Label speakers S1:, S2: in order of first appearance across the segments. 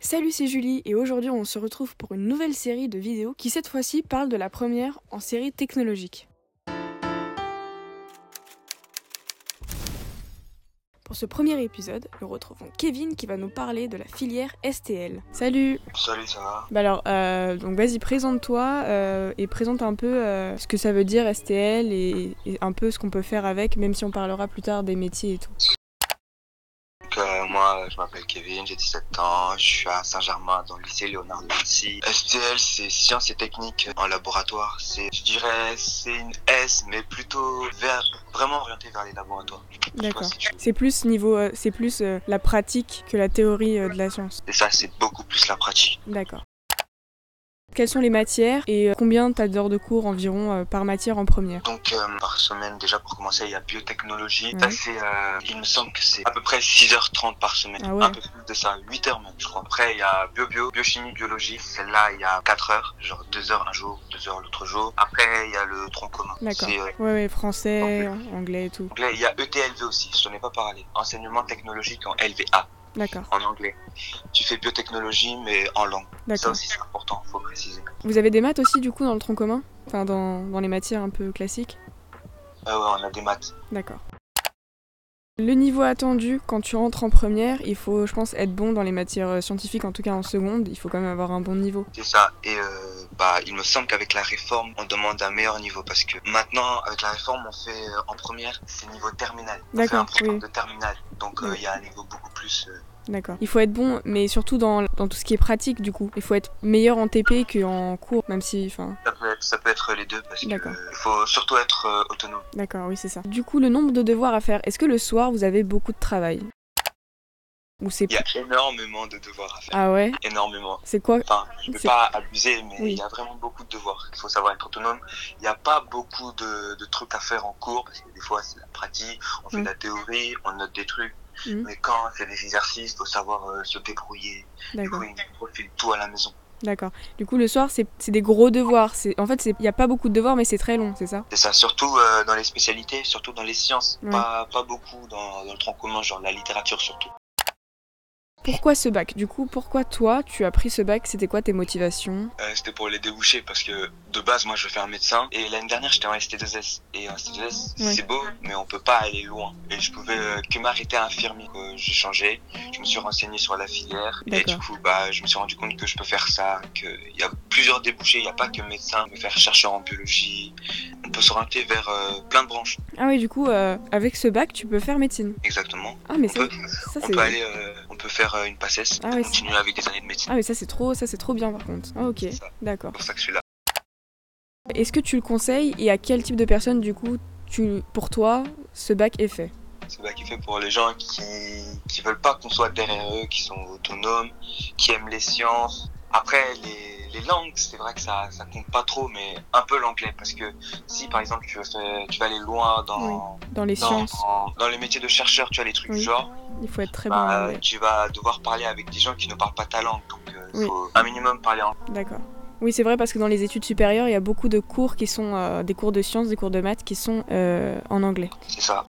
S1: Salut, c'est Julie et aujourd'hui on se retrouve pour une nouvelle série de vidéos qui cette fois-ci parle de la première en série technologique. Pour ce premier épisode, nous retrouvons Kevin qui va nous parler de la filière STL. Salut
S2: Salut, ça va
S1: Bah alors, euh, donc vas-y, présente-toi euh, et présente un peu euh, ce que ça veut dire STL et, et un peu ce qu'on peut faire avec, même si on parlera plus tard des métiers et tout.
S2: Donc, euh, moi, je m'appelle Kevin, j'ai 17 ans, je suis à Saint-Germain dans le lycée Léonard de Vinci. STL, c'est sciences et techniques en laboratoire. C'est, je dirais, c'est une S, mais plutôt vers, vraiment orientée vers les laboratoires. Je sais pas
S1: D'accord.
S2: si tu-
S1: C'est plus niveau, euh, c'est plus euh, la pratique que la théorie euh, de la science.
S2: Et ça, c'est beaucoup plus la pratique.
S1: D'accord. Quelles sont les matières et euh, combien t'as d'heures de cours environ euh, par matière en première
S2: Donc, euh, par semaine, déjà pour commencer, il y a biotechnologie.
S1: Ouais.
S2: Ça, c'est, euh, il me semble que c'est à peu près 6h30 par semaine.
S1: Ah ouais.
S2: Un peu plus de ça, 8h même, je crois. Après, il y a bio-bio, biochimie, biologie. Celle-là, il y a 4 heures, genre 2 heures un jour, 2 heures l'autre jour. Après, il y a le tronc commun.
S1: D'accord.
S2: C'est, euh,
S1: Ouais, ouais, français, anglais et tout.
S2: anglais. Il y a E ETLV aussi, je n'en ai pas parlé. Enseignement technologique en LVA,
S1: D'accord,
S2: en anglais. Tu fais biotechnologie, mais en langue. Ça
S1: d'accord.
S2: aussi, c'est important, faut préciser.
S1: Vous avez des maths aussi du coup dans le tronc commun Enfin, dans, dans les matières un peu classiques
S2: Ah ouais, on a des maths.
S1: D'accord. Le niveau attendu quand tu rentres en première, il faut, je pense, être bon dans les matières euh, scientifiques, en tout cas en seconde. Il faut quand même avoir un bon niveau.
S2: C'est ça. Et euh, bah, il me semble qu'avec la réforme, on demande un meilleur niveau parce que maintenant, avec la réforme, on fait euh, en première, c'est niveau terminal. On fait
S1: D'accord,
S2: un programme
S1: oui.
S2: de terminal. Donc, euh, il
S1: Oui.
S2: y a un niveau beaucoup plus. euh,
S1: D'accord. Il faut être bon, mais surtout dans, dans tout ce qui est pratique, du coup. Il faut être meilleur en TP qu'en cours, même si. Enfin,
S2: ça, peut être, ça peut être les deux parce que
S1: D'accord.
S2: euh, il faut surtout être euh, autonome.
S1: d'accord, oui, c'est ça. Du coup, le nombre de devoirs à faire, est-ce que le soir, vous avez beaucoup de travail Ou c'est.
S2: Il y a énormément de devoirs à faire.
S1: Ah ouais
S2: Énormément.
S1: C'est quoi
S2: Enfin, je ne veux
S1: C'est-
S2: pas abuser, mais il
S1: Oui.
S2: y a vraiment beaucoup de devoirs. Il faut savoir être autonome. Il n'y a pas beaucoup de, de trucs à faire en cours, parce que des fois, c'est la pratique, on fait
S1: Mm.
S2: de la théorie, on note des trucs.
S1: Mm.
S2: Mais quand c'est des exercices, il faut savoir euh, se débrouiller. Du
S1: D'accord.
S2: coup, ils profilent tout à la maison.
S1: D'accord. Du coup, le soir, c'est c'est des gros devoirs. C'est- En fait, c'est- il n'y a pas beaucoup de devoirs, mais c'est très long, c'est ça
S2: C'est ça, surtout euh, dans les spécialités, surtout dans les sciences.
S1: Ouais.
S2: Pas, pas beaucoup dans, dans le tronc commun, genre la littérature surtout.
S1: Pourquoi ce bac Du coup, pourquoi toi, tu as pris ce bac C'était quoi tes motivations
S2: Euh, C'était pour les déboucher parce que de base, moi, je veux faire un médecin. Et l'année dernière, j'étais en ST2S. Et en ST2S,
S1: Ah, Ouais.
S2: c'est beau, mais on peut pas aller loin. Et je pouvais euh, que m'arrêter à infirmier. Euh, J'ai changé, je me suis renseigné sur la filière. Et
S1: D'accord.
S2: du coup, bah, je me suis rendu compte que je peux faire ça, qu'il y a plusieurs débouchés. Il n'y a pas que médecin, on peut faire chercheur en biologie. On peut s'orienter vers euh, plein de branches.
S1: Ah oui, du coup, euh, avec ce bac, tu peux faire médecine.
S2: Exactement.
S1: Ah, mais
S2: On
S1: ça,
S2: peut,
S1: ça
S2: on
S1: c'est.
S2: peut aller, euh, on peut faire euh, une passesse,
S1: Ah oui, c'est-
S2: continuer avec des années de médecine.
S1: Ah mais ça c'est trop, ça c'est trop bien par contre. Ah ok,
S2: C'est ça.
S1: d'accord.
S2: C'est pour ça que je suis là.
S1: Est-ce que tu le conseilles et à quel type de personne du coup tu, pour toi ce bac est fait
S2: C'est là qui fait pour les gens qui qui veulent pas qu'on soit derrière eux, qui sont autonomes, qui aiment les sciences. Après les, les langues, c'est vrai que ça ça compte pas trop, mais un peu l'anglais parce que si par exemple tu veux faire- tu vas aller loin dans
S1: dans les
S2: dans,
S1: sciences
S2: dans les métiers de chercheur, tu as les trucs
S1: Oui.
S2: du genre,
S1: Il faut être très bon en
S2: bah,
S1: anglais.
S2: tu vas devoir parler avec des gens qui ne parlent pas ta langue, donc euh,
S1: Oui.
S2: faut un minimum parler anglais.
S1: D'accord. Oui c'est vrai parce que dans les études supérieures il y a beaucoup de cours qui sont euh, des cours de sciences, des cours de maths qui sont euh, en anglais.
S2: C'est ça.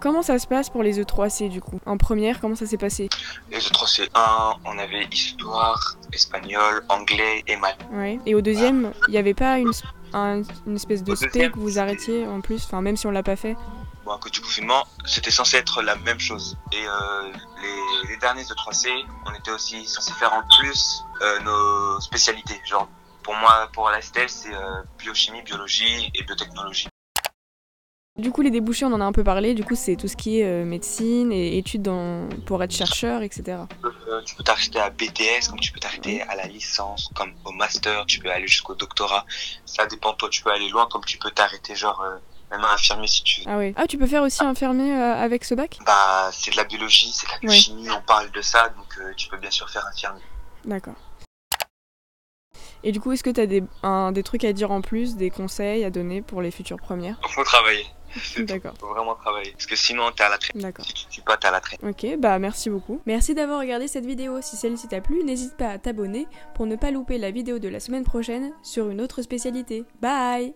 S1: Comment ça se passe pour les E3C du coup En première comment ça s'est passé
S2: Les autres c'est 1, on avait histoire, espagnol, anglais et maths.
S1: Ouais. Et au deuxième il n'y avait pas une, sp- un- une espèce de
S2: Au
S1: spé
S2: deuxième,
S1: que vous arrêtiez en plus, enfin même si on l'a pas fait.
S2: Bon, à cause du confinement, c'était censé être la même chose. Et euh, les, les derniers de 3C, on était aussi censé faire en plus euh, nos spécialités. Genre, pour moi, pour la STL, c'est euh, biochimie, biologie et biotechnologie.
S1: Du coup, les débouchés, on en a un peu parlé. Du coup, c'est tout ce qui est euh, médecine et études dans- pour être chercheur, etc.
S2: Euh, tu peux t'arrêter à BTS, comme tu peux t'arrêter à la licence, comme au master, tu peux aller jusqu'au doctorat. Ça dépend de toi, tu peux aller loin comme tu peux t'arrêter, genre, euh, même à infirmier si tu veux.
S1: Ah oui. Ah, tu peux faire aussi infirmier euh, avec ce bac
S2: Bah, c'est de la biologie, c'est de la
S1: Ouais.
S2: biochimie, on parle de ça, donc euh, tu peux bien sûr faire infirmier.
S1: D'accord. Et du coup, est-ce que tu as des, un- des trucs à dire en plus, des conseils à donner pour les futures premières
S2: Faut travailler. C'est tout.
S1: D'accord.
S2: Faut vraiment travailler. Parce que sinon, t'es à la traîne.
S1: D'accord.
S2: Si tu ne suis pas, t'es à la traîne.
S1: Ok, bah merci beaucoup. Merci d'avoir regardé cette vidéo. Si celle-ci t'a plu, n'hésite pas à t'abonner pour ne pas louper la vidéo de la semaine prochaine sur une autre spécialité. Bye